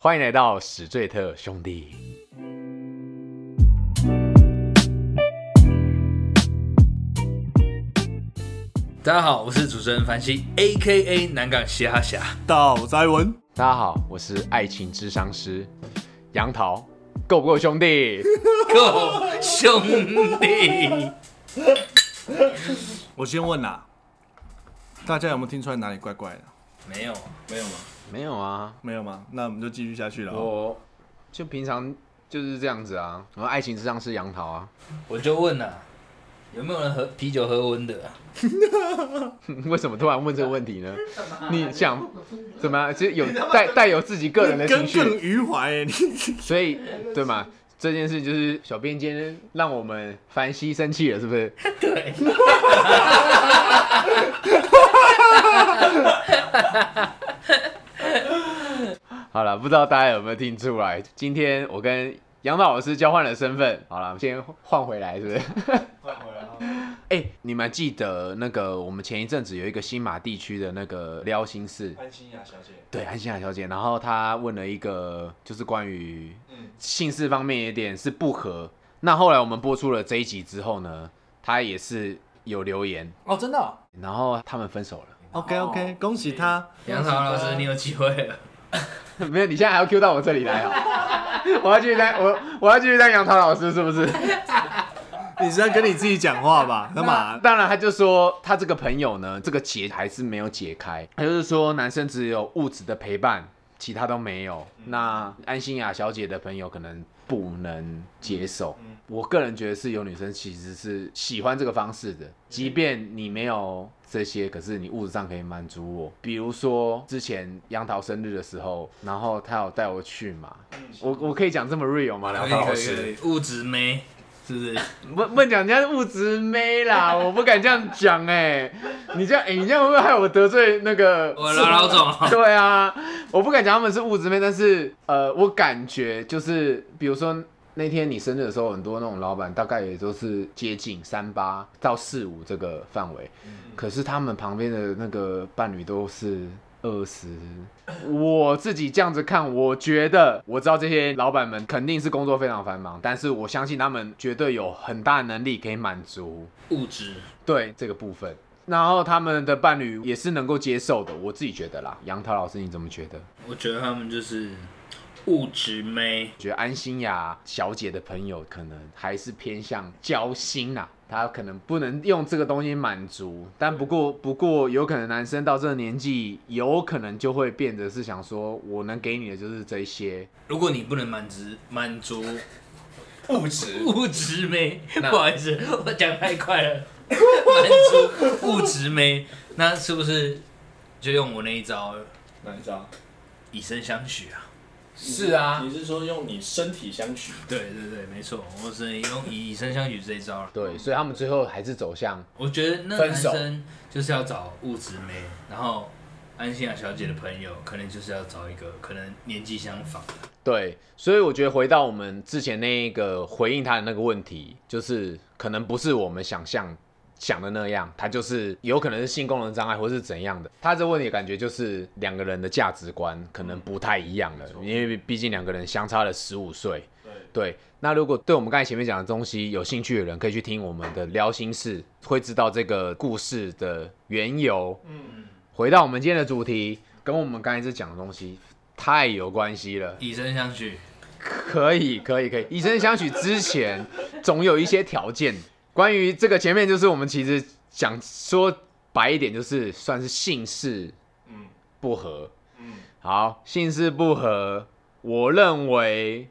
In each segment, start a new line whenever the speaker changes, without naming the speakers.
欢迎来到史最特兄弟。
大家好，我是主持人凡西，A K A 南港嘻哈侠。
道哉文，
大家好，我是爱情智商师杨桃，够不够兄弟？
够兄弟，
我先问啦，大家有没有听出来哪里怪怪的？
没有啊没有吗？
没有啊，
没有吗？那我们就继续下去了哦。
我就平常就是这样子啊。然后爱情智商师杨桃啊，
我就问啊，有没有人喝啤酒喝温的、啊？
为什么突然问这个问题 呢？你想怎么样？其实 有带带有自己个人的情
耿
绪，
耿于怀欸耶，你
所以对嘛？这件事就是小编今天让我们凡西生气了，是不是？
对，
好了，不知道大家有没有听出来？今天我跟杨老师交换了身份。好了，先换回来，是不是？ 哎、你们记得那个我们前一阵子有一个新马地区的那个撩心事，
安心雅小姐，
对安心雅小姐，然后她问了一个就是关于
嗯
姓氏方面有点是不合。那后来我们播出了这一集之后呢，她也是有留言，
哦，真的哦、
然后他们分手了。
o k OK，恭喜她。
杨桃老师，你有机会了。
没有，你现在还要 Q 到我这里来啊、 我要继续当我我要继续当杨桃老师，是不是？
你是在跟你自己讲话吧？干嘛？
当然，他就说他这个朋友呢，这个结还是没有解开。他就是说，男生只有物质的陪伴，其他都没有。那安心雅小姐的朋友可能不能接受。我个人觉得是有女生其实是喜欢这个方式的，即便你没有这些，可是你物质上可以满足我。比如说之前杨桃生日的时候，然后他有带我去嘛，我我可以讲这么 real 吗？杨桃老师，
以，物质妹是不是？
不不能讲人家物质妹啦，我不敢这样讲哎、你这样、欸、你这样会不会害我得罪那个？
我老老总，
对啊，我不敢讲他们是物质妹，但是呃，我感觉就是比如说那天你生日的时候，很多那种老板大概也都是接近三八到四五这个范围，可是他们旁边的那个伴侣都是。二十，我自己这样子看，我觉得我知道这些老板们肯定是工作非常繁忙，但是我相信他们绝对有很大能力可以满足
物质
对这个部分，然后他们的伴侣也是能够接受的，我自己觉得啦。杨桃老师，你怎么觉得？
我觉得他们就是物质妹，
觉得安心雅小姐的朋友可能还是偏向交心啊，她可能不能用这个东西满足。但不过，不过有可能男生到这个年纪，有可能就会变得是想说，我能给你的就是这一些。
如果你不能满足满足
物质，
物质妹，不好意思，我讲太快了，满足物质妹，那是不是就用我那一招
哪一招？
以身相许啊？
是啊，你是说用你身体相许？
对对对，没错，我是用以以身相许这一招了。啊
对，所以他们最后还是走向
我觉得那
分
男
手
生就是要找物质妹，然后安心啊雅小姐的朋友可能就是要找一个可能年纪相仿的。
对，所以我觉得回到我们之前那一个回应他的那个问题，就是可能不是我们想象想的那样，他就是有可能是性功能障碍或是怎样的。他这问题感觉就是两个人的价值观可能不太一样了，因为毕竟两个人相差了十五岁。对，那如果对我们刚才前面讲的东西有兴趣的人，可以去听我们的聊心事，会知道这个故事的缘由。
嗯，
回到我们今天的主题，跟我们刚才在讲的东西太有关系了。
以身相许，
可以，可以，可以。以身相许之前，总有一些条件。关于这个前面，就是我们其实讲说白一点，就是算是姓氏
嗯
不合。
嗯，
好，姓氏不合，我认为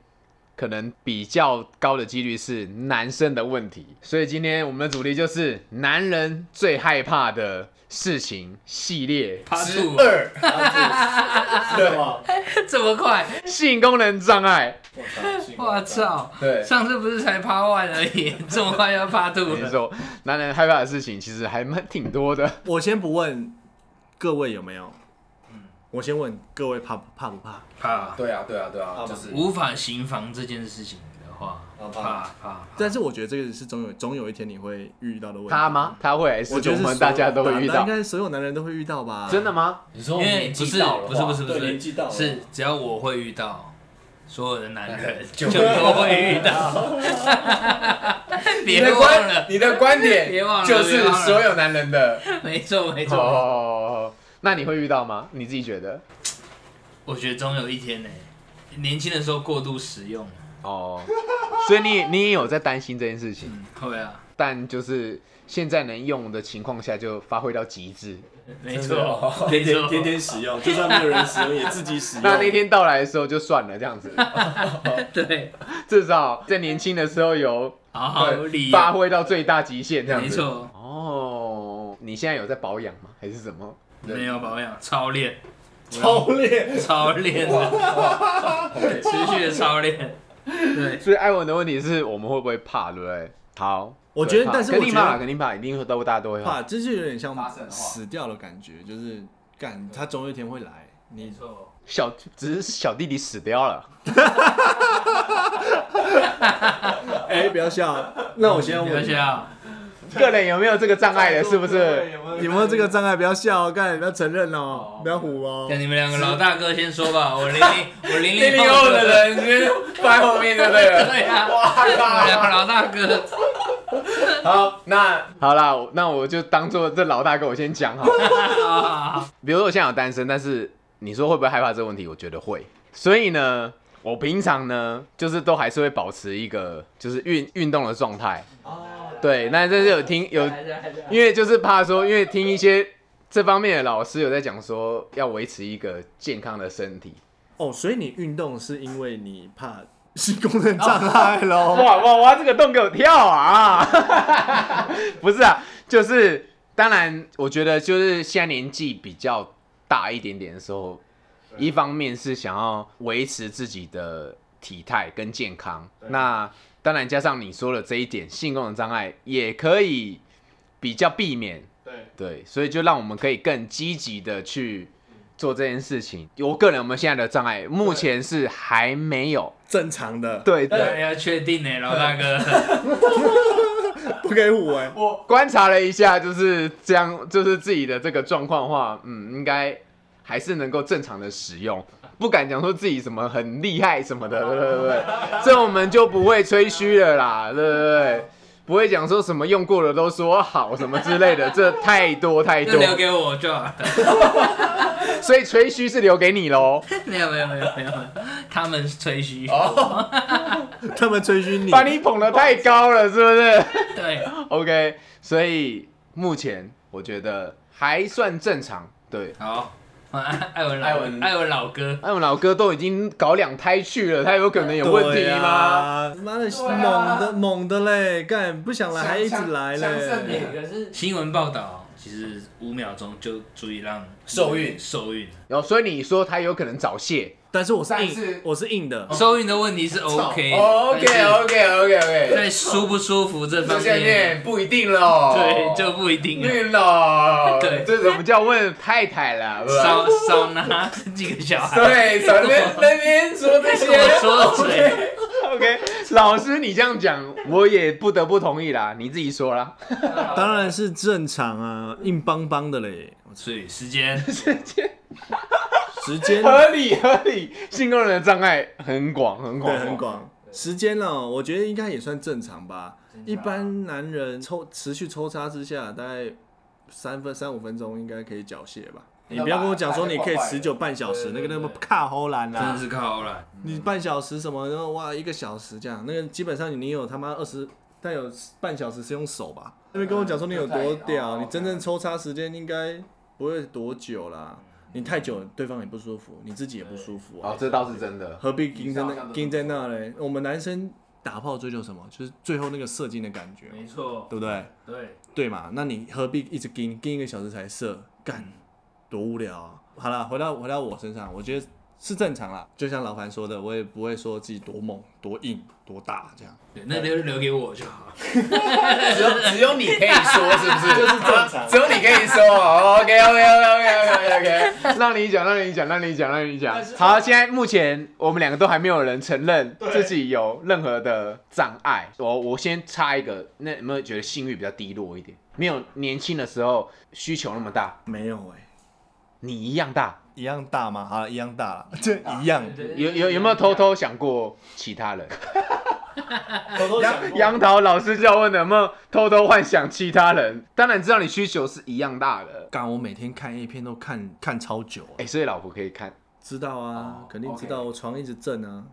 可能比较高的几率是男生的问题。所以今天我们的主题就是男人最害怕的事情系列。
趴
之
兔啊
二，对吗？
这么快，
性功能障碍，
我操幸好
我操！
对
上次不是才趴万而已，这么快要趴兔
没
了？
错，男人害怕的事情其实还蛮挺多的。
我先不问各位有没有，我先问各位怕不怕不怕？
怕
对啊，对啊，对
好
啊，
吧
就是
无法行房这件事情的话，
好
怕
怕，
怕，
但是我觉得这个是总有总有一天你会遇到的问题。
他？吗？他会，还是
我觉得
我
是
们大家都
所有
会遇
男
到
应。该所有男人都会遇到吧？
真的吗？
你说
因
我
为
哦年
不
纪
是
到了
不是不
话
是不
对年
是
纪到了
是只要我会遇到，所有的男人就
就
都会遇到，
你
别
的
忘
观
了，
你的观点
别忘了
就是
别忘了
所有男人的
没错没错，
哦。那你会遇到吗？你自己觉得？
我觉得终有一天呢，年轻的时候过度使用，
哦，所以你你也有在担心这件事情，
嗯，会啊，
但就是现在能用的情况下就发挥到极致。
没
真的
错
哦，
没
天
错
天，天天使用，就算没有人使用，也自己使用。
那那天到来的时候就算了，这样子，
对，
至少在年轻的时候有
好好有理由，
发挥到最大极限，这样子。
没。错，
哦，你现在有在保养吗？还是什么？
没有保养，操练，
操练，
操练的， 持续的操练，对，
所以艾文的问题是我们会不会怕，对不对？好，
我觉得
对怕
但是我
肯定
觉得
怕，肯定怕，一定会都大家都会怕。
怕，这就有点像
发生的话
死掉的感觉，就是干，他总有一天会来。
没
你
错。
小只是小弟弟死掉了，
哎，不要笑。 那我现在
而且
问，
啊，
个人有没有这个障碍了？是不是？？
有没有这个障碍？不要笑哦，干，不要承认哦，不要唬哦。
看你们两个老大哥先说吧，我零零我零
零
零
零后的，人就是放在后面就对了。
对呀，哇，两个老大哥，
好，那好啦，我那我就当做这老大哥我先讲好了。
啊，
比如说我现在有单身，但是你说会不会害怕这个问题？我觉得会。所以呢，我平常呢，就是都还是会保持一个就是运运动的状态。哦对，那这是有听有，因为就是怕说，因为听一些这方面的老师有在讲说，要维持一个健康的身体。
哦，所以你运动是因为你怕性功能障碍喽？
哇哇哇！这个洞给我跳啊！ 不是啊，就是当然，我觉得就是现在年纪比较大一点点的时候，一方面是想要维持自己的体态跟健康，那当然加上你说的这一点，性功能障碍也可以比较避免。
对，
对，所以就让我们可以更积极的去做这件事情。我个人，我们现在的障碍目前是还没有。
正常的，
对对，
对，要确定呢，老大哥，
不给唬哎。
观察了一下，就是这样，就是自己的这个状况的话，嗯，应该还是能够正常的使用，不敢讲说自己什么很厉害什么的，对对对，这我们就不会吹嘘了啦，对对对，不会讲说什么用过的都说好什么之类的，这太多太
就
多，
留给我就好了，
所以吹嘘是留给你喽，
没有没有没有没有，他们是吹嘘，
他们吹嘘你，
把你捧得太高了，是不是
对，
？OK，所 以目前我觉得还算正常，对，
好，啊艾文老
艾文
艾文老哥，
哎，我们老哥都已经搞两胎去了，他有可能有问题
对
吗？
啊？妈的，
对啊
猛的猛的嘞，干不想来还一直来
想证
嘞
明。可是
新闻报道其实五秒钟就足以让
受孕
受孕，
然哦后、所以你说他有可能早泄
但是我是
但
硬
是，
我是硬的。
受孕的问题是 OK 的
哦？OK
但是
OK OK OK，
在舒不舒服这
这
方
下
面，
面哦不一定喽，
对就不一定了。
定喽，
对
这怎么叫问太太了？是吧
少少拿 几个小孩，
对，少在那边那边说这些
多说嘴。
OK，老师你这样讲，我也不得不同意啦，你自己说啦。
当然是正常啊，硬邦邦的嘞。
所以时间
时间
合理合理，性功能的障碍很广很广，
对很。广，时间呢、我觉得应该也算正常吧。一般男人抽持续抽插之下，大概三分三五分钟应该可以缴械吧。你不要跟我讲说你可以持久半小时，那个那么卡啊齁蓝
真的
啦，
是靠了，
你半小时什么，然后哇一个小时这样，那个基本上你有他妈二十，但有半小时是用手吧。那边跟我讲说你有多屌，你真正抽插时间应该不会多久啦。你太久，对方也不舒服，你自己也不舒服啊。
哦，这倒是真 的。
何必盯在
你上
那
上
盯在那嘞？我们男生打炮追求什么？就是最后那个射精的感觉，
没错，
对不对？
对，
对嘛？那你何必一直盯盯一个小时才射？干，多无聊啊！好了，回到回到我身上，我觉得是正常啦。就像老樊说的，我也不会说自己多猛、多硬、多大这样。
对，那留留给我就好了。
只有只有你可以说，是不是？
就是正常
只有你可以说。OK OK OK OK OK OK，让你讲，让你讲，让你讲，让你讲
但是。
好，现在目前我们两个都还没有人承认自己有任何的障碍。我我先插一个，那有没有觉得性欲比较低落一点？没有年轻的时候需求那么大，
没有哎、
你一样大。
一样大吗？啊，一样大啦， 这一样。
有有有没有偷偷想过其他人？
偷偷想
杨
过
杨桃老师就要问有没有偷偷幻想其他人？当然知道你需求是一样大的。
干，我每天看 A 片都看看超久、啊
哎、所以老婆可以看。
知道啊
哦，
肯定知道，
OK
我床一直震啊。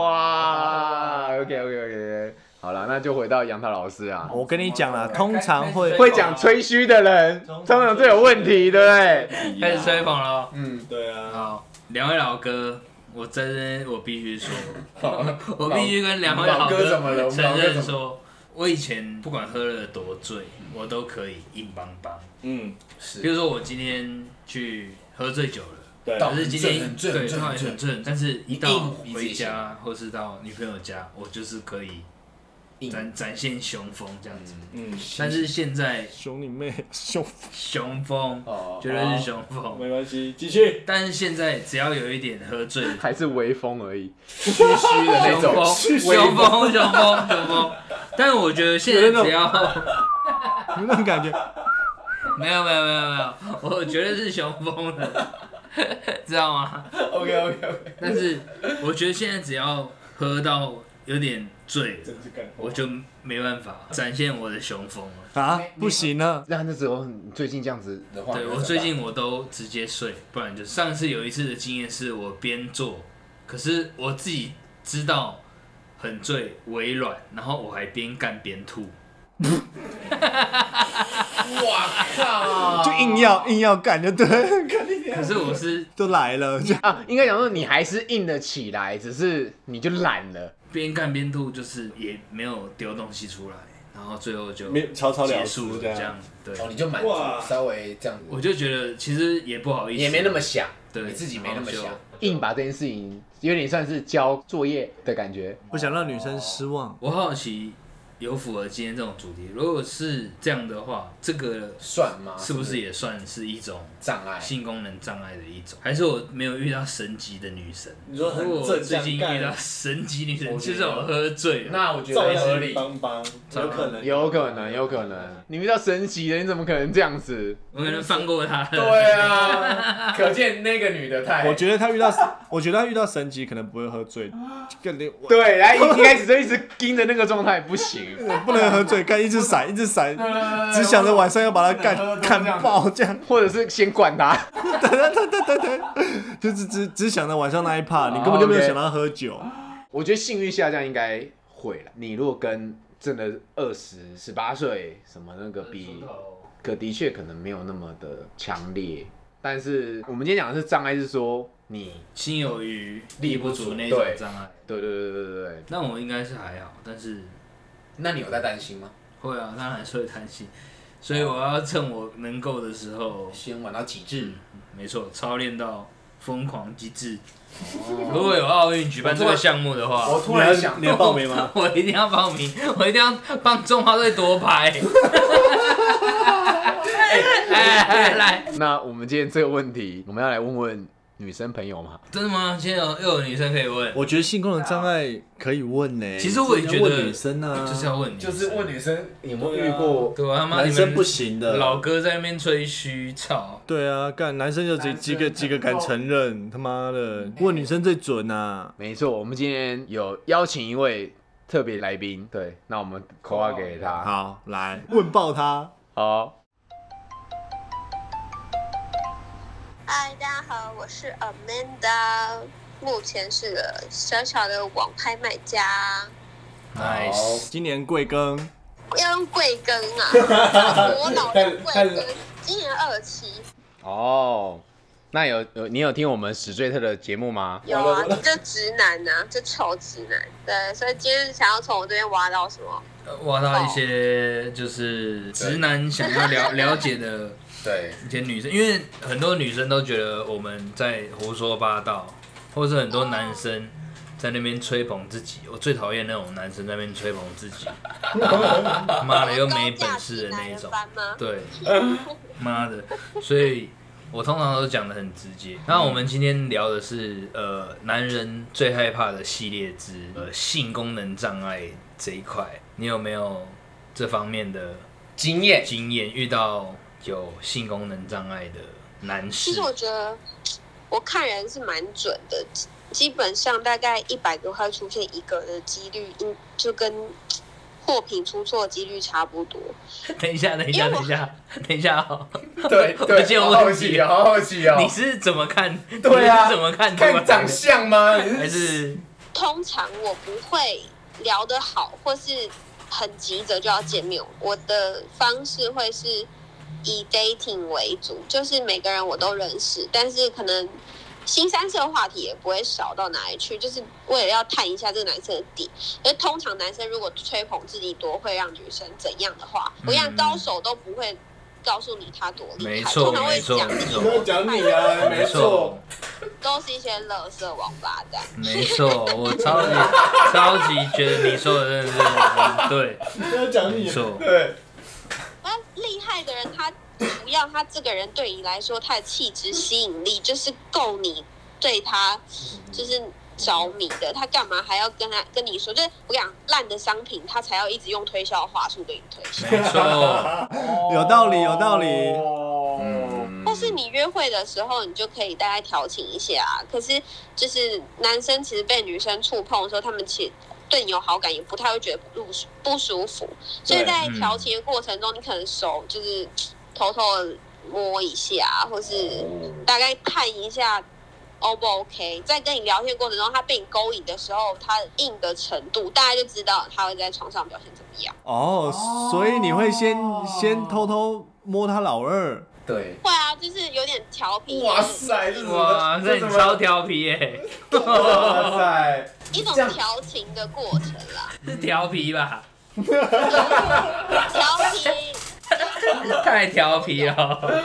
哇，OK OK OK，好了，那就回到杨桃老师啊，
我跟你讲啦，
该
通常会
该
会讲吹嘘的人，通常最有问题，对不对？
开始吹。捧了哦。
嗯，
对啊，
好，两位老哥，我真我必 须说， 我必须跟两位
老
老
哥怎么了我们老
承
哥
认
怎
说，我以前不管喝了多醉，我都可以硬邦邦。
嗯，
比如说我今天去喝醉酒了。
对，
可是今天
很正
对，
很正
到
很
底
正
很正，但是一
你硬
到
回
你自己
想
家或是到女朋友家，我就是可以
硬
展展现雄风这样子。
嗯，
但是现在
熊你妹，熊
雄风
哦，
绝对是雄风，
没关系，继续。
但是现在只要有一点喝醉，
还是微风而已，
虚虚的 那
雄风，
种，
雄风，雄风，雄风。但我觉得现在只要
有 那种感觉。
没有没有没有没有，我觉得是雄风了， 知道吗？
OK OK OK，
但是我觉得现在只要喝到有点醉，
真是干
我就没办法展现我的雄风了。
啊，不行了，
那那时候你最近这样子，
的话
对我最近我都直接睡，不然就是上次有一次的经验是我边做，可是我自己知道很醉微软，然后我还边干 边吐，
哇靠，
就硬要硬要干就对，
啊
可是我是
都来了，就
啊，应该讲说你还是硬得起来，只是你就懒了。
边干边吐，就是也没有丢东西出来，然后最后就
没草草了
结
事
束了
这样
这样子。对，
哦，你就满足
哇
稍微这样，
我就觉得其实也不好意思，
也没那么想，
对
你自己没那么
然
想
后，
硬把这件事情有点算是交作业的感觉，
不想让女生失望。
我好奇有符合今天这种主题，如果是这样的话，这个
算吗？
是不是也算是一种
障碍？
性功能障碍的一种？还是我没有遇到神级的女神？
你说很
如果我最近
正向
遇到
干
神级女神，
我
就
觉得
是我喝醉了。
那我觉得
照
还
样
合
硬
理，
邦邦，有可能，
有可能，有可能。。你遇到神奇的，你怎么可能这样子？
我可能放过她。
对啊，可见那个女的太，
我觉得她遇到，我觉得她遇到神级可能不会喝醉，更连我
对，然后一一开始就一直盯着那个状态不行。
不能喝 醉，干一直闪一直闪，
得
只想着晚上要把她
不能
干
喝多这
干
样
爆这样。
或者是先管他。
就只只只想着晚上那一
哦
趴，你根本就没有
OK
想到喝酒。
我觉得性欲下降应该会了。你如果跟真的二十、十八岁什么那个比，可的确可能没有那么的强烈。但是我们今天讲的是障碍，是说你
心有余力不足那种
对
障碍。
对对对对对对，
那我应该是还好，但是
那你有在担心吗？
会啊，当然是会贪心，所以我要趁我能够的时候，
先玩到极致，
没错，操练到疯狂极致。如果有奥运举办这个项目的话，
我突然想
你要报名吗？
我一定要报名，我一定要帮中华队夺牌。哎哎来，
那我们今天这个问题，我们要来问问女生朋友嘛？
真的吗？现在有又有女生可以问，
我觉得性功能障碍可以问呢、
其实我也觉得
这要问女生啊，
就是要问你，
就是问女生有没有
对
遇
啊
过
对啊，他妈
男
你
生
们
不行的。
老哥在那边吹嘘，操！
对啊，干男生就几
男生
几个几个敢承认，他妈的问女生最准啊！
没错，我们今天有邀请一位特别来宾，对，那我们口号给他。
好，来问爆他。
嗯好，
嗨，大家好，我是 Amanda，目前是个小小的网拍卖家，
Nice，
今年贵庚？
要用贵庚啊，我老的贵
开始开
庚，今年二七，
哦，那有有你有听我们史最特的节目吗？
有啊，你这直男呐、啊，这臭直男，对，所以今天想要从我这边挖到什么？
挖到一些就是直男想要了了解的
对，
以前女生，因为很多女生都觉得我们在胡说八道，或是很多男生在那边吹捧自己。我最讨厌那种男生在那边吹捧自己，妈的又没本事的那一种。
班吗？
对，妈的，所以我通常都讲的很直接。那我们今天聊的是呃，男人最害怕的系列之呃性功能障碍这一块，你有没有这方面的
经验
经验？遇到有性功能障碍的男士
其 实，我觉得我看人是蛮准的，基基本上大概一百个会出现一个的几率，应就跟货品出错的几率差不多。
等一下，等一下，
因为我
等一下，等一下哦，
对
我
对，
就
好
问
好奇哦，好好奇哦。
你是怎么看？
对啊
你是怎么看出来的？
看长相 吗？你
还
是
是
通常我不会聊得好，或是很急着就要见面。我的方式会是以 dating 为主，就是每个人我都认识，但是可能新三色话题也不会少到哪里去，就是为了要探一下这个男生的底。而通常男生如果吹捧自己多会让女生怎样的话，我想高手都不会告诉你他多
没
厉害，
错
通常会
没错
讲
没
自己
错
多
我讲
厉
你
害
啊，没
没
错
错。，
都是一些垃圾王八蛋。
没错，我超级超级觉得你说的真的是很对，
要讲
没
你，
错，
对，
那厉害的人，他主要他这个人对你来说，他的气质吸引力就是够你对他就是着迷的。他干嘛还要跟他跟你说？就是我跟你讲烂的商品，他才要一直用推销话术给你推销。
没错，
有道理有道理
哦，
嗯
或是你约会的时候，你就可以大概调情一下、啊。可是就是男生其实被女生触碰的时候，他们其实对你有好感，也不太会觉得不舒不舒服。所以
对
在
嗯
调情的过程中，你可能手就是偷偷地摸一下，啊或是大概看一下 O 不 OK。在跟你聊天过程中，他被你勾引的时候，他硬的程度，大家就知道他会在床上表现怎么样。
哦，所以你会先先偷偷摸他老二，
对，
会啊，就是有点调皮。
哇塞，这是什么
哇，那你
这是什么
超调皮耶，
哇塞，
一种
这样
调情的过程啊啦。
是调皮吧？
调皮，
太调皮了，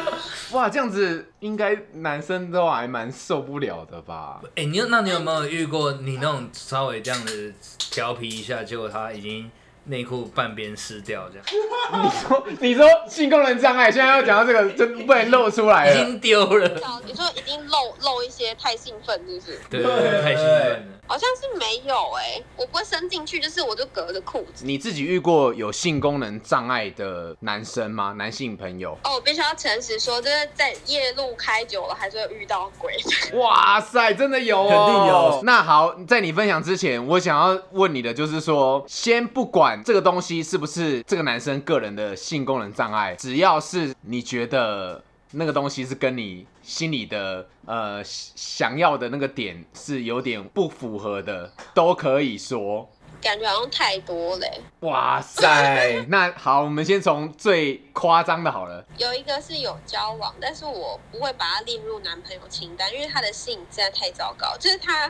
哇，这样子应该男生都还蛮受不了的吧？
哎，你有那你有没有遇过你那种稍微这样子调皮一下，结果他已经内裤半边湿掉这样，
你说你说性功能障碍，现在要讲到这个，真不能露出来
哎
已
了。
经丢了，
调你说已经漏漏一些太兴奋，是不是？
对，太兴奋了，
好像是没有哎、我不会伸进去，就是我就隔着裤子。
你自己遇过有性功能障碍的男生吗？男性朋 友？
哦，我必须要诚实说，就是在夜路开久了，还是会遇到鬼。
哇塞，真的有、哦，
肯定有
那好，在你分享之前，我想要问你的就是说，先不管这个东西是不是这个男生个人的性功能障碍，只要是你觉得那个东西是跟你心里的呃想要的那个点是有点不符合的，都可以说。
感觉好像太多嘞、
哇塞， 那好，我们先从最夸张的好了。
有一个是有交往，但是我不会把他列入男朋友清单，因为他的性实在太糟糕。就是他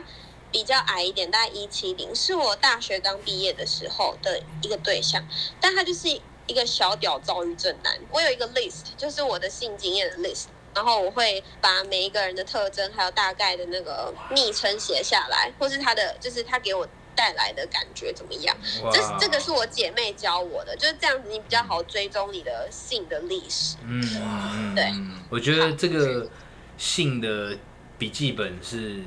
比较矮一点，大概一七零，是我大学刚毕业的时候的一个对象，但他就是一个小屌躁郁症男。我有一个 list，就是我的性经验的 list。然后我会把每一个人的特征，还有大概的那个昵称写下来，或是他的，就是他给我带来的感觉怎么样。
哇
这这个是我姐妹教我的，就是这样子，你比较好追踪你的性的历史。
嗯，嗯
对，
嗯我觉得这个性的笔记本是，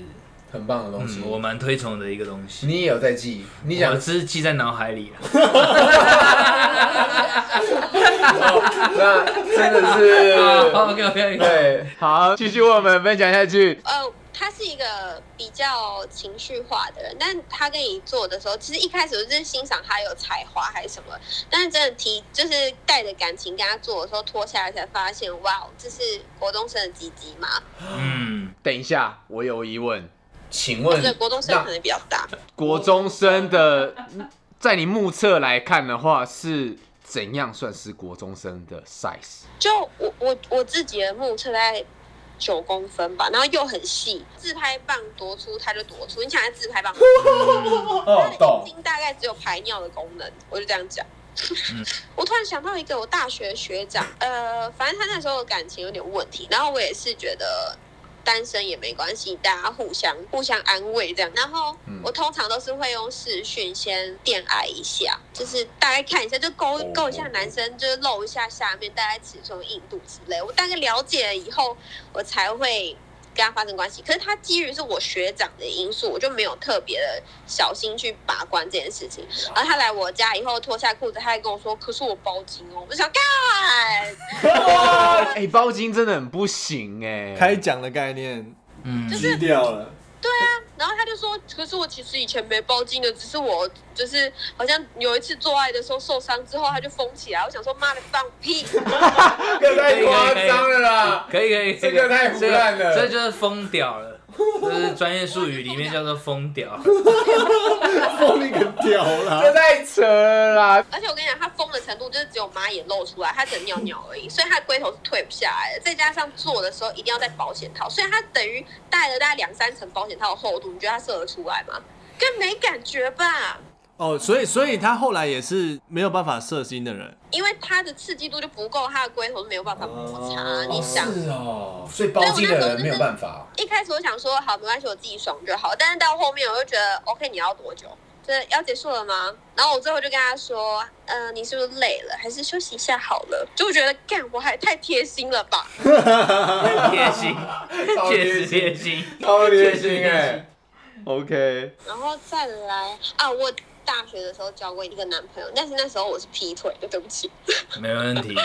很棒的东西
嗯，，我蛮推崇的一个东西。
你也有在记，你
我
想
只是记在脑海里了。
那真的 是
OK OK OK，
对，
好，继续为我们分享下去。
呃，他是一个比较情绪化的人，但他跟你做的时候，其实一开始我就是欣赏他有才华还是什么，但是真的提就是带着感情跟他做的时候，脱下来才发现，哇，这是国中生的鸡鸡嘛？
嗯，
等一下，我有疑问。
请
对，
问
国中生可能比较大。
国中生的，在你目测来看的话，是怎样算是国中生的 size？
就我我我自己的目测大概九公分吧，然后又很细，自拍棒多粗它就多粗，你想在自拍棒多粗。
哦
它的阴
懂
茎大概只有排尿的功能，我就这样讲。嗯我突然想到一个我大学学长，呃，反正他那时候的感情有点问题，然后我也是觉得单身也没关系，大家互相互相安慰这样。然后
嗯
我通常都是会用视讯先电爱一下，就是大概看一下，就勾
哦
勾一下男生，就是露一下下面大概尺寸、硬度之类。我大概了解了以后，我才会。跟他发生关系，可是他基于是我学长的因素，我就没有特别的小心去把关这件事情。然后他来我家以后脱下裤子，他还跟我说：“可是我包巾哦。”我就想干，
哎、包金真的很不行哎、
开讲的概念，
嗯，
就是
低调了，
啊然后他就说：“可是我其实以前没包巾的，只是我就是好像有一次做爱的时候受伤之后，他就封起来。”我想说：“妈的，放屁！”
这个太夸张了啦！
可以可以，可以
这个太胡乱了
这个这就是疯屌了，这是专业术语里面叫做疯屌。
放你个屌
这
啦！
太扯了啦！
而且我跟你讲，他疯的程度就是只有马眼露出来，他只能尿尿而已，所以他的龟头是退不下来的。再加上做的时候一定要戴保险套，所以他等于戴了大概两三层保险套的厚度，你觉得他射得出来吗？更没感觉吧。
哦，所以所以他后来也是没有办法射精的人，
因为它的刺激度就不够，它的龟头是没有办法摩擦。
哦
你想，
哦，所以包机的人没有办法哦。
一开始我想说好没关系，我自己爽就好，但是到后面我就觉得 OK，你要多久？这要结束了吗？然后我最后就跟他说，呃，你是不是累了？还是休息一下好了？就我觉得干我还太贴心了吧？
贴心，
超
确
贴
实
心
贴心。
超贴心哎！
OK，
然后再来啊，我大学的时候交过一个男朋友，但是那时候我是劈腿的，对不起。
没问题，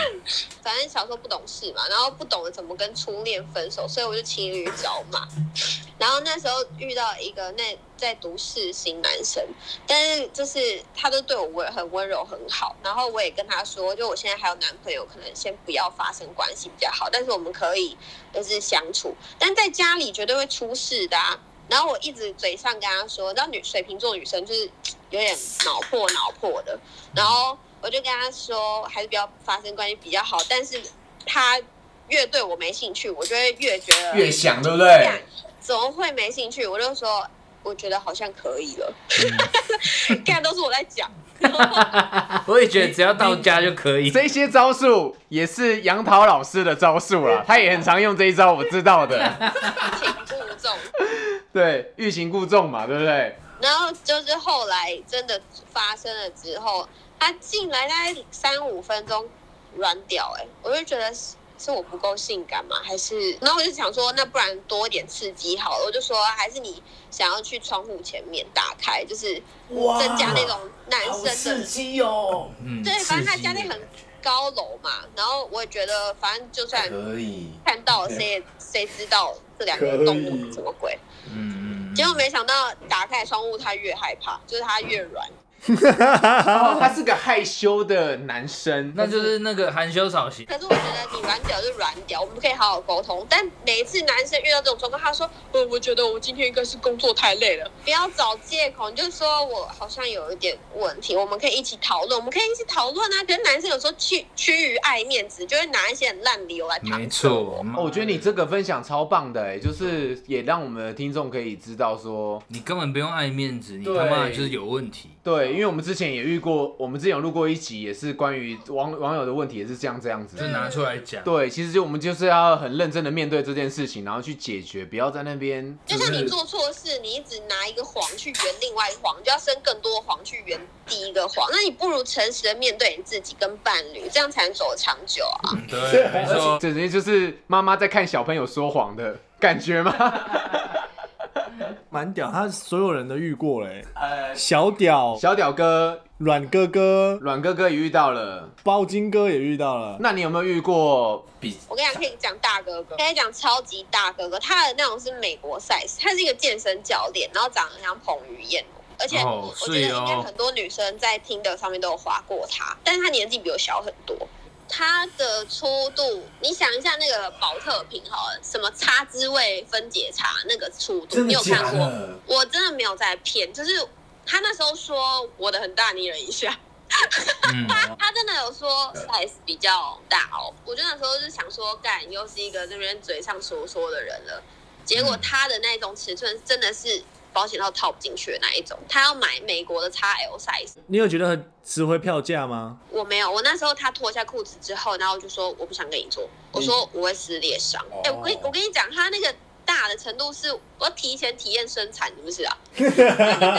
反正小时候不懂事嘛，然后不懂得怎么跟初恋分手，所以我就骑驴找马。然后那时候遇到一个那在读世新男生，但是就是他都对我温很温柔很好，然后我也跟他说，就我现在还有男朋友，可能先不要发生关系比较好，但是我们可以就是相处，但在家里绝对会出事的、啊。然后我一直嘴上跟他说，你知道女水瓶座女生就是有点脑破脑破的，然后我就跟他说，还是不要发生关系比较好。但是他越对我没兴趣，我就会越觉得
越想对不对？
干怎么会没兴趣？我就说，我觉得好像可以了。
嗯
干都是我在讲，
我也觉得只要到家就可以。
这些招数也是杨桃老师的招数啦，他也很常用这一招，我知道的。
请注重。
对，欲擒故纵嘛，对不对？
然后就是后来真的发生了之后，他进来大概三五分钟软屌、欸，哎，我就觉得是是我不够性感吗？还是？然后我就想说，那不然多一点刺激好了。我就说，还是你想要去窗户前面打开，就是增加那种男生的。
激哦！
嗯，
对，反正他
刺激
家里很高楼嘛，然后我也觉得，反正就算
可以，
看到谁也谁知道这两个动物是什么鬼。
嗯嗯嗯
结果没想到打开窗户，他越害怕，就是他越软。
哦，他是个害羞的男生，
啊那就是那个含羞草型，
可是我觉得你软屌就软屌，我们可以好好沟通。但每一次男生遇到这种状况，他说：“嗯我我觉得我今天应该是工作太累了。”不要找借口，你就说我好像有一点问题，我们可以一起讨论，我们可以一起讨论啊。可是男生有时候趋趋于爱面子，就会拿一些很烂理由来搪
没
塞我。
哦
错。
我觉得你这个分享超棒的，哎，就是也让我们的听众可以知道说，
你根本不用爱面子，你
对
他妈就是有问题。
对，因为我们之前也遇过，我们之前有录过一集，也是关于网网友的问题，也是这样这样子
就。拿出来讲，
对，其实就我们就是要很认真的面对这件事情，然后去解决，不要在那边
就像你做错事，你一直拿一个谎去圆另外一个谎，你就要生更多的谎去圆第一个谎。那你不如诚实的面对你自己跟伴侣，这样才能走得长久啊。
对，没错，
直接就是妈妈在看小朋友说谎的感觉 吗？
蛮屌，他所有人都遇过嘞，
呃，
小屌、
小屌哥、
软哥哥、
阮哥哥也遇到了，
包金哥也遇到了，
那你有没有遇过？
我跟你讲，可以讲大哥哥，可以讲超级大哥哥，他的那种是美国 size，他是一个健身教练，然后长得很像彭于晏，而且
哦
我觉得
是哦
应该很多女生在听的上面都有划过他，但是他年纪比我小很多。他的粗度，你想一下那个保特瓶好了，什么叉之味分解茶那个粗度，
真的
你有看
假
过？
的？
我真的没有在骗，就是他那时候说我的很大，你忍一下。
嗯，
他真的有说 size 比较大哦。我就那时候就想说，干又是一个这边嘴上说说的人了。结果他的那种尺寸真的是保险套套不进去的那一种，他要买美国的 XL size。
你有觉得很值回票价吗？
我没有，我那时候他脱下裤子之后，然后我就说我不想跟你做，我说我会撕裂伤。哎、我跟你我跟你讲，他那个大的程度是我提前体验生产，是不是啊？跟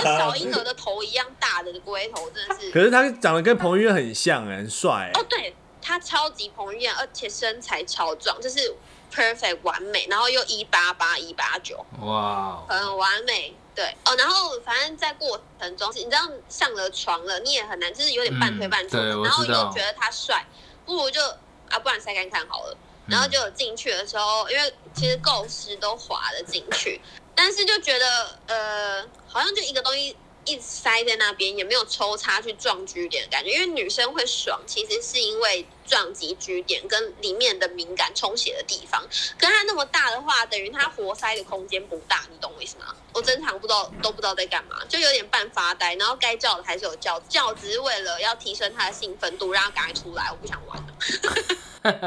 小婴儿的头一样大的龟头，真的是。
可是他长得跟彭于晏很像、哎，很帅、
哦
哎，
对，他超级彭于晏，而且身材超壮，就是 perfect 完美，然后又一八八一八九，
哦哇，
很完美。对哦，然后反正在过程中，你知道上了床了，你也很难，就是有点半推半就、
嗯对我
然后
知
又
道
觉得他帅，不如就啊，不然晒干看好了。然后就有进去的时候，因为其实构思都滑了进去，但是就觉得呃，好像就一个东西一直塞在那边，也没有抽插去撞居点的感觉。因为女生会爽，其实是因为撞击居点跟里面的敏感充血的地方。可是它那么大的话，等于它活塞的空间不大，你懂我意思吗？我正常不知道都不知道在干嘛，就有点半发呆。然后该叫的还是有叫，叫只是为了要提升它的兴奋度，让它赶快出来。我不想玩了。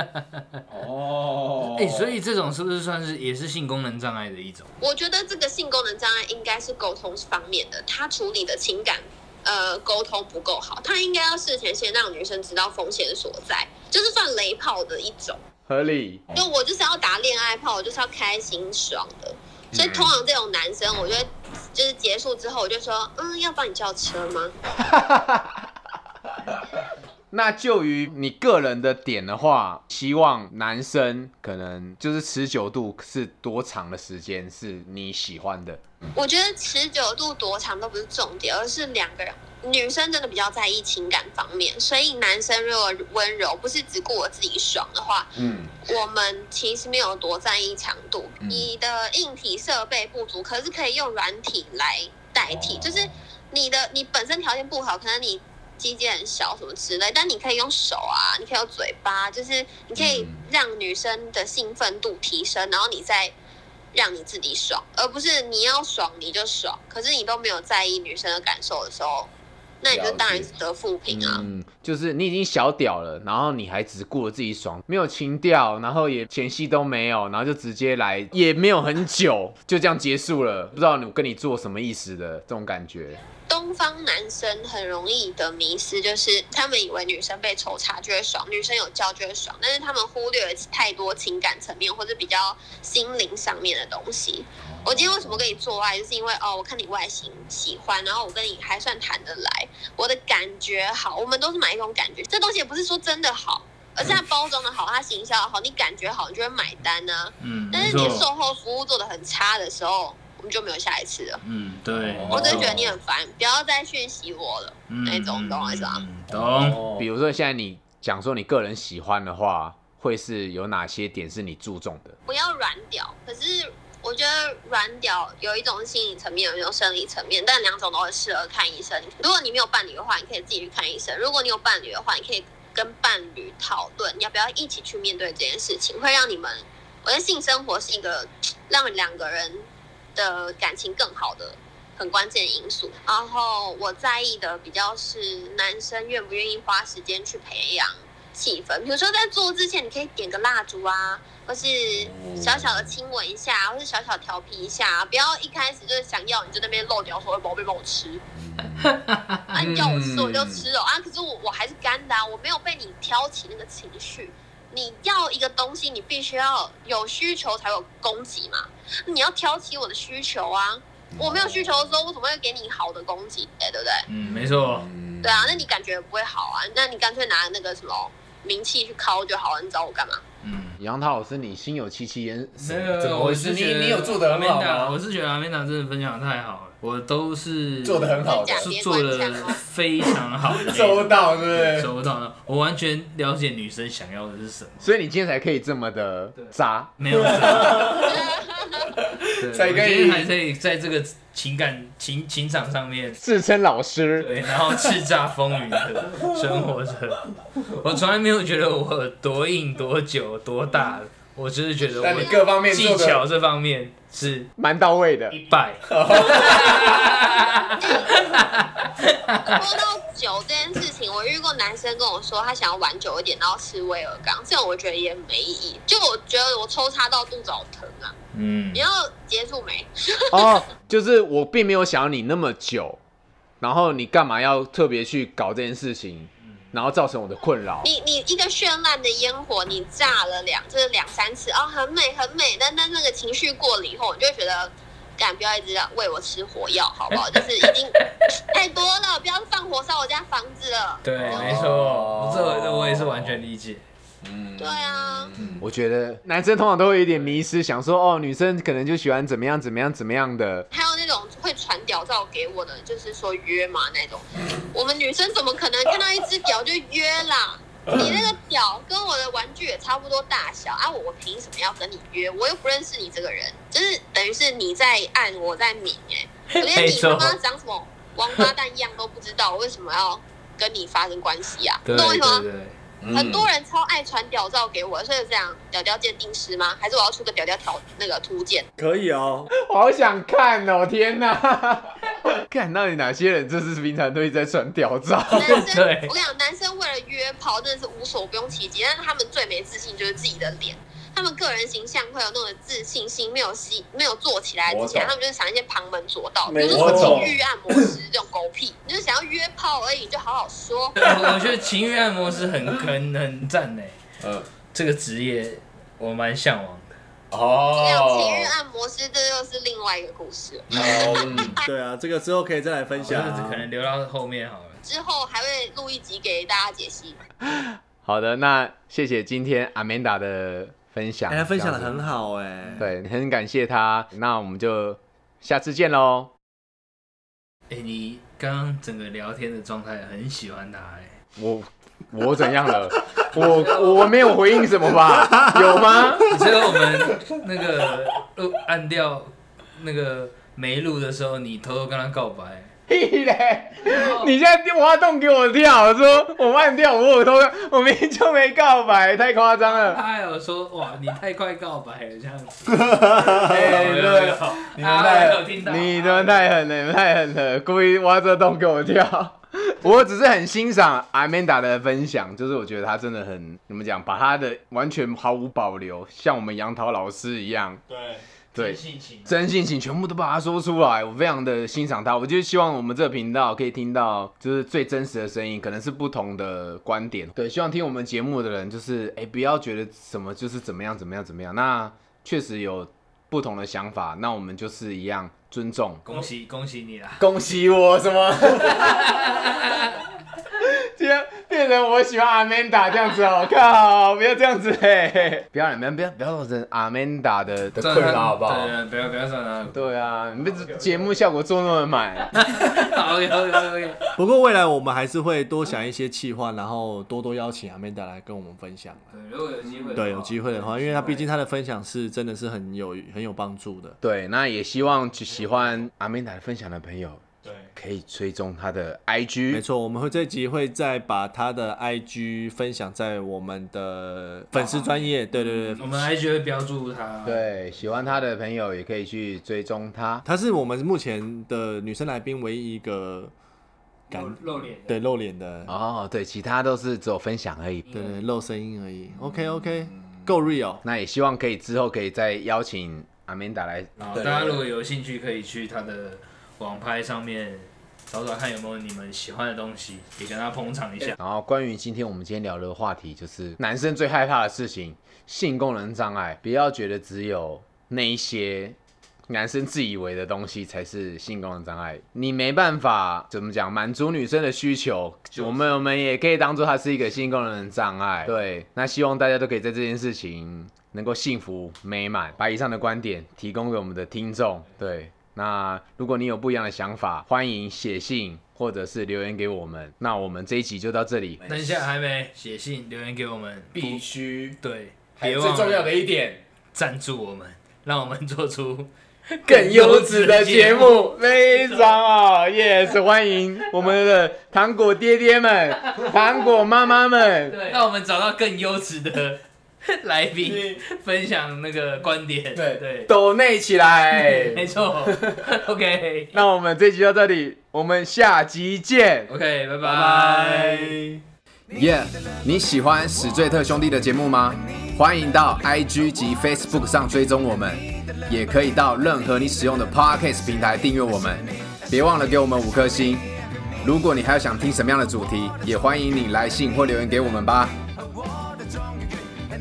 哦，
哎、所以这种是不是算是也是性功能障碍的一种？
我觉得这个性功能障碍应该是沟通方面的，他处理的情感呃沟通不够好，他应该要事前先让女生知道风险所在，就是算雷炮的一种。
合理。
就我就是要打恋爱炮，我就是要开心爽的。所以通常这种男生，我就会就是结束之后，我就说，嗯，要帮你叫车吗？
那就于你个人的点的话，希望男生可能就是持久度是多长的时间是你喜欢的。
我觉得持久度多长都不是重点，而是两个人。女生真的比较在意情感方面，所以男生如果温柔，不是只顾我自己爽的话，
嗯，
我们其实没有多在意强度，
嗯
你的硬体设备不足，可是可以用软体来代替，就是你的你本身条件不好，可能你肌腱很小什么之类，但你可以用手啊，你可以用嘴巴，就是你可以
嗯
让女生的兴奋度提升，然后你再让你自己爽，而不是你要爽你就爽，可是你都没有在意女生的感受的时候，那你就
了解
当然是得负评啊。
嗯，就是你已经小屌了，然后你还只顾着自己爽，没有情调，然后也前戏都没有，然后就直接来，也没有很久，就这样结束了，不知道你跟你做什么意思的这种感觉。
东方男生很容易的迷失就是，他们以为女生被抽查就会爽，女生有叫就会爽，但是他们忽略了太多情感层面或者比较心灵上面的东西。我今天为什么跟你做爱，就是因为哦，我看你外形喜欢，然后我跟你还算谈得来，我的感觉好，我们都是买一种感觉，这东西也不是说真的好。而是它包装的好，它行销得好，你感觉好，你就会买单啊。
嗯，
但
没
是你
错，
售后服务做的很差的时候，我们就没有下一次了。
嗯，对，
我只是
哦
觉得你很烦，不要再讯息我了。那种懂我意思吧
嗯？懂，
比如说现在你讲说你个人喜欢的话，会是有哪些点是你注重的？
不要软屌，可是我觉得软屌有一种是心理层面，有一种生理层面，但两种都很适合看医生。如果你没有伴侣的话，你可以自己去看医生；如果你有伴侣的话，你可以跟伴侣讨论要不要一起去面对这件事情，会让你们，我觉得性生活是一个让两个人的感情更好的。很关键因素，然后我在意的比较是男生愿不愿意花时间去培养气氛，比如说在做之前，你可以点个蜡烛啊，或是小小的亲吻一下，啊或是小小调皮一下，啊不要一开始就是想要你就那边漏掉说宝贝帮我吃，啊你要我吃我就吃哦啊，可是我我还是干的、啊，我没有被你挑起那个情绪。你要一个东西，你必须要有需求才有供给嘛，你要挑起我的需求啊。我没有需求的时候，我怎么会给你好的供给？哎，对不对？
嗯，没错，
嗯
对啊，那你感觉不会好啊？那你干脆拿那个什么名气去敲就好了，你找我干嘛？
嗯。
杨涛老师，你心有戚戚焉，
没有，
怎么
我
回
是
事？
觉
你你有做得很好
Amanda，我
吗？
是觉得阿 m a 真的分享的太好了，我都是
做得很好的
真，假
是做的非常好的
收 到对不对？
收到了，我完全了解女生想要的是什么，
所以你今天才可以这么的渣。
没有 错，对
才可以
我今天还可以在这个情感情情场上面，
自称老师，
对，然后叱咤风云的生活着，我从来没有觉得我有多硬、多久、多大，我只是觉得
但你
我
各方面
技
做得
巧这方面是
蛮到位 的。
一 百，
哦
说到酒这件事情，我遇过男生跟我说他想要玩久一点，然后吃威尔刚，这种我觉得也没意义。就我觉得我抽插到肚子好疼啊，
嗯
你，要结束没？
哦，就是我并没有想要你那么久，然后你干嘛要特别去搞这件事情，
嗯
然后造成我的困扰？
你你一个绚烂的烟火，你炸了两就是两三次哦，很美很美，但但那个情绪过了以后，你就会觉得，敢不要一直让喂我吃火药好不好？就是已经太多了，不要放火烧我家房子了。
对，没错
哦，
这个这我也是完全理解。
嗯
对啊，
我觉得男生通常都会有一点迷失，想说哦，女生可能就喜欢怎么样怎么样怎么样 的。
还有那种会传屌照给我的，就是说约嘛那种，我们女生怎么可能看到一只屌就约啦？你那个屌跟我的玩具也差不多大小啊，我我凭什么要跟你约？我又不认识你这个人，就是等于是你在暗，我在明哎、我连
没
你他
错
妈长什么王八蛋样都不知道，我为什么要跟你发生关系啊？
对
懂我意思吗
对？嗯对，
很多人超爱传屌照给我，所以这样屌屌鉴定师吗？还是我要出个屌屌条那个图鉴？
可以哦，
我好想看哦，天哪！ 看到底哪些人就是平常都一直在传屌照？
男生，
对
我跟你讲，男生为了约炮真的是无所不用其极，但是他们最没自信就是自己的脸，他们个人形象会有那种自信心没有吸没有做起来之前，他们就是想一些旁门左道，比如说
我
什么
懂
情欲按摩师这种狗屁，你就想要约炮而已，就好好说。
我我觉得情欲按摩师很很很赞呢，
嗯，
这个职业我蛮向往的。
这样情欲
哦，
按摩师这又是另外一个故事了，
嗯
对啊，这个之后可以再来分享
下次
啊
可。能留到后面好了。
之后还会录一集给大家解析。
好的，那谢谢今天阿曼达的分享，
哎，他分享的
这样
很
子，
好哎，
对，很感谢他。那我们就下次见喽。
哎，你刚刚整个聊天的状态很喜欢他 哎，
我我怎样了？我我没有回应什么吧？有吗？
所以我们那个录按掉那个没录的时候，你偷偷跟他告白。
屁嘞！你现在挖洞给我跳，说我慢掉，我有偷，我明明就没告白，太夸张了。
他还有说哇，你太快告白了这样 子。
哎、对，
你
啊
们
我
在
有听到，
你们太狠了，你们太狠了，故意挖这洞给我 跳。我只是很欣赏阿曼达的分享，就是我觉得他真的很怎么讲，把他的完全毫无保留，像我们杨桃老师一样，
对，
对，
性情
真性情全部都把它说出来，我非常的欣赏他。我就希望我们这个频道可以听到就是最真实的声音，可能是不同的观点。对，希望听我们节目的人就是哎、不要觉得什么就是怎么样怎么样怎么样。那确实有不同的想法，那我们就是一样尊重。
恭喜恭喜你啦！
恭喜我什么？今天变成我喜欢阿曼达这样子哦，靠！不要这样子哎、不要你们不要不要造成阿曼达的的
算
困
他
扰好不好？
对对，不要不要算他。
对啊，你们这节目效果做那么满，
OK OK OK，
不过未来我们还是会多想一些企划，然后多多邀请阿妹达来跟我们分享。啊
如果有机会，
对，有机会的话，因为他毕竟他的分享是真的是很有很有帮助的。
对，那也希望就喜欢阿美达分享的朋友，
对，
可以追踪他的
没
IG，
错，我们会这集会再把他的 IG 分享在我们的粉丝专业，对对
嗯我
对，
们 IG 会标注他。，
对，喜欢他的朋友也可以去追踪他。
她是我们目前的女生来宾唯一一个敢
露露脸的。
对露脸的，
哦，对，其他都是只有分享而已。
对对露声音而已。OK OK，够 real。
那也希望可以之后可以再邀请阿美达来。
然后大家如果有兴趣，可以去他的网拍上面找找看有没有你们喜欢的东西，也跟他捧场一下。
然后关于今天我们今天聊的话题，就是男生最害怕的事情——性功能障碍。不要觉得只有那一些男生自以为的东西才是性功能障碍，你没办法怎么讲满足女生的需求，我们我们也可以当做它是一个性功能障碍。对，那希望大家都可以在这件事情能够幸福美满，把以上的观点提供给我们的听众。对，那如果你有不一样的想法，欢迎写信或者是留言给我们。那我们这一集就到这里，
等一下还没写信留言给我们，
必须，
对，
还
别
有
忘
最重要
了
的一点，
赞助我们，让我们做出
更优质的节目， 非常好，yes，欢迎我们的糖果爹爹们、糖果妈妈们。
让我们找到更优质的来宾，分享那个观点。
对
对，
抖内起
没
来，
错。OK
那我们这集到这里，我们下集见。
OK，拜
拜
拜。
耶你喜欢史最特兄弟的节目吗？欢迎到 IG 及 Facebook 上追踪我们，也可以到任何你使用的 Podcast 平台订阅我们。别忘了给我们五颗星。如果你还有想听什么样的主题，也欢迎你来信或留言给我们吧。
I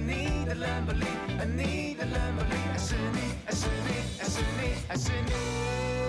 see me, I see me, I see me.